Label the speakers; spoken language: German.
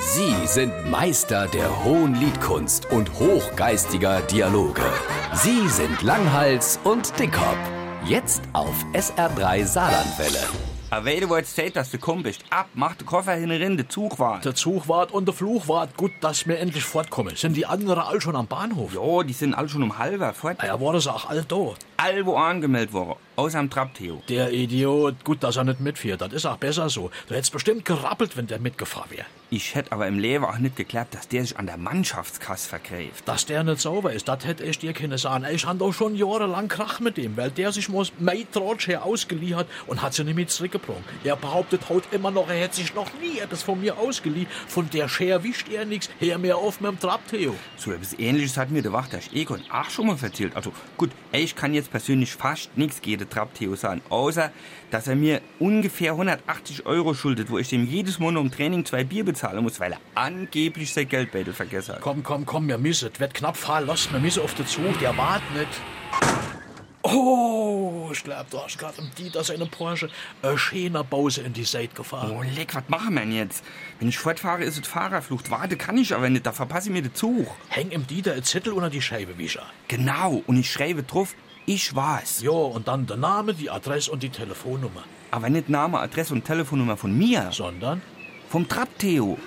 Speaker 1: Sie sind Meister der hohen Liedkunst und hochgeistiger Dialoge. Sie sind Langhals und Dickhop. Jetzt auf SR3 Saarlandwelle.
Speaker 2: Aber wenn du wolltest Zeit, dass du komm bist, ab, mach den Koffer hin, rein, der Zug war.
Speaker 3: Der Zug wart und der Fluch wart. Gut, dass wir endlich fortkommen. Sind die anderen alle schon am Bahnhof?
Speaker 2: Jo, die sind alle schon um halber fort.
Speaker 3: Na Ja, waren sie auch alle da.
Speaker 2: All wo angemeldet worden. Außer am Trab, Theo.
Speaker 3: Der Idiot, gut, dass er nicht mitfährt. Das ist auch besser so. Du hättest bestimmt gerappelt, wenn der mitgefahren wäre.
Speaker 2: Ich hätt aber im Leben auch nicht geklappt, dass der sich an der Mannschaftskasse vergräft.
Speaker 3: Dass der nicht sauber ist, das hätte ich dir keine sagen. Ich hatte auch schon jahrelang Krach mit ihm, weil der sich mal Maitratsch her ausgeliehen hat und hat sie nicht mit zurückgebracht. Er behauptet heute immer noch, er hätte sich noch nie etwas von mir ausgeliehen. Von der Scher wischt er nichts. Her mir auf mit dem Trab, Theo.
Speaker 2: So etwas ähnliches hat mir der Wachtersch Egon auch schon mal erzählt. Also gut, ich kann jetzt persönlich fast nichts gegen den Trab, Theo sagen. Außer, dass er mir ungefähr 180 Euro schuldet, wo ich dem jedes Monat um Training zwei Bier bezahlen muss, weil er angeblich sein Geldbeutel vergessen hat.
Speaker 3: Komm, komm, komm, wir müssen. Es wird knapp fahren, lass, wir müssen auf den Zug, der wartet nicht. Oh, ich glaub, da ist gerade im Dieter seine Porsche eine schöne Pause in die Seite gefahren.
Speaker 2: Oh, leck, was machen wir denn jetzt? Wenn ich fortfahre, ist es Fahrerflucht. Warte, kann ich aber nicht, da verpasse ich mir den Zug.
Speaker 3: Häng im Dieter ein Zettel unter die Scheibe, Wischer.
Speaker 2: Genau, und ich schreibe drauf, ich war's.
Speaker 3: Ja, und dann der Name, die Adresse und die Telefonnummer.
Speaker 2: Aber nicht Name, Adresse und Telefonnummer von mir,
Speaker 3: Sondern
Speaker 2: vom Trapp Theo.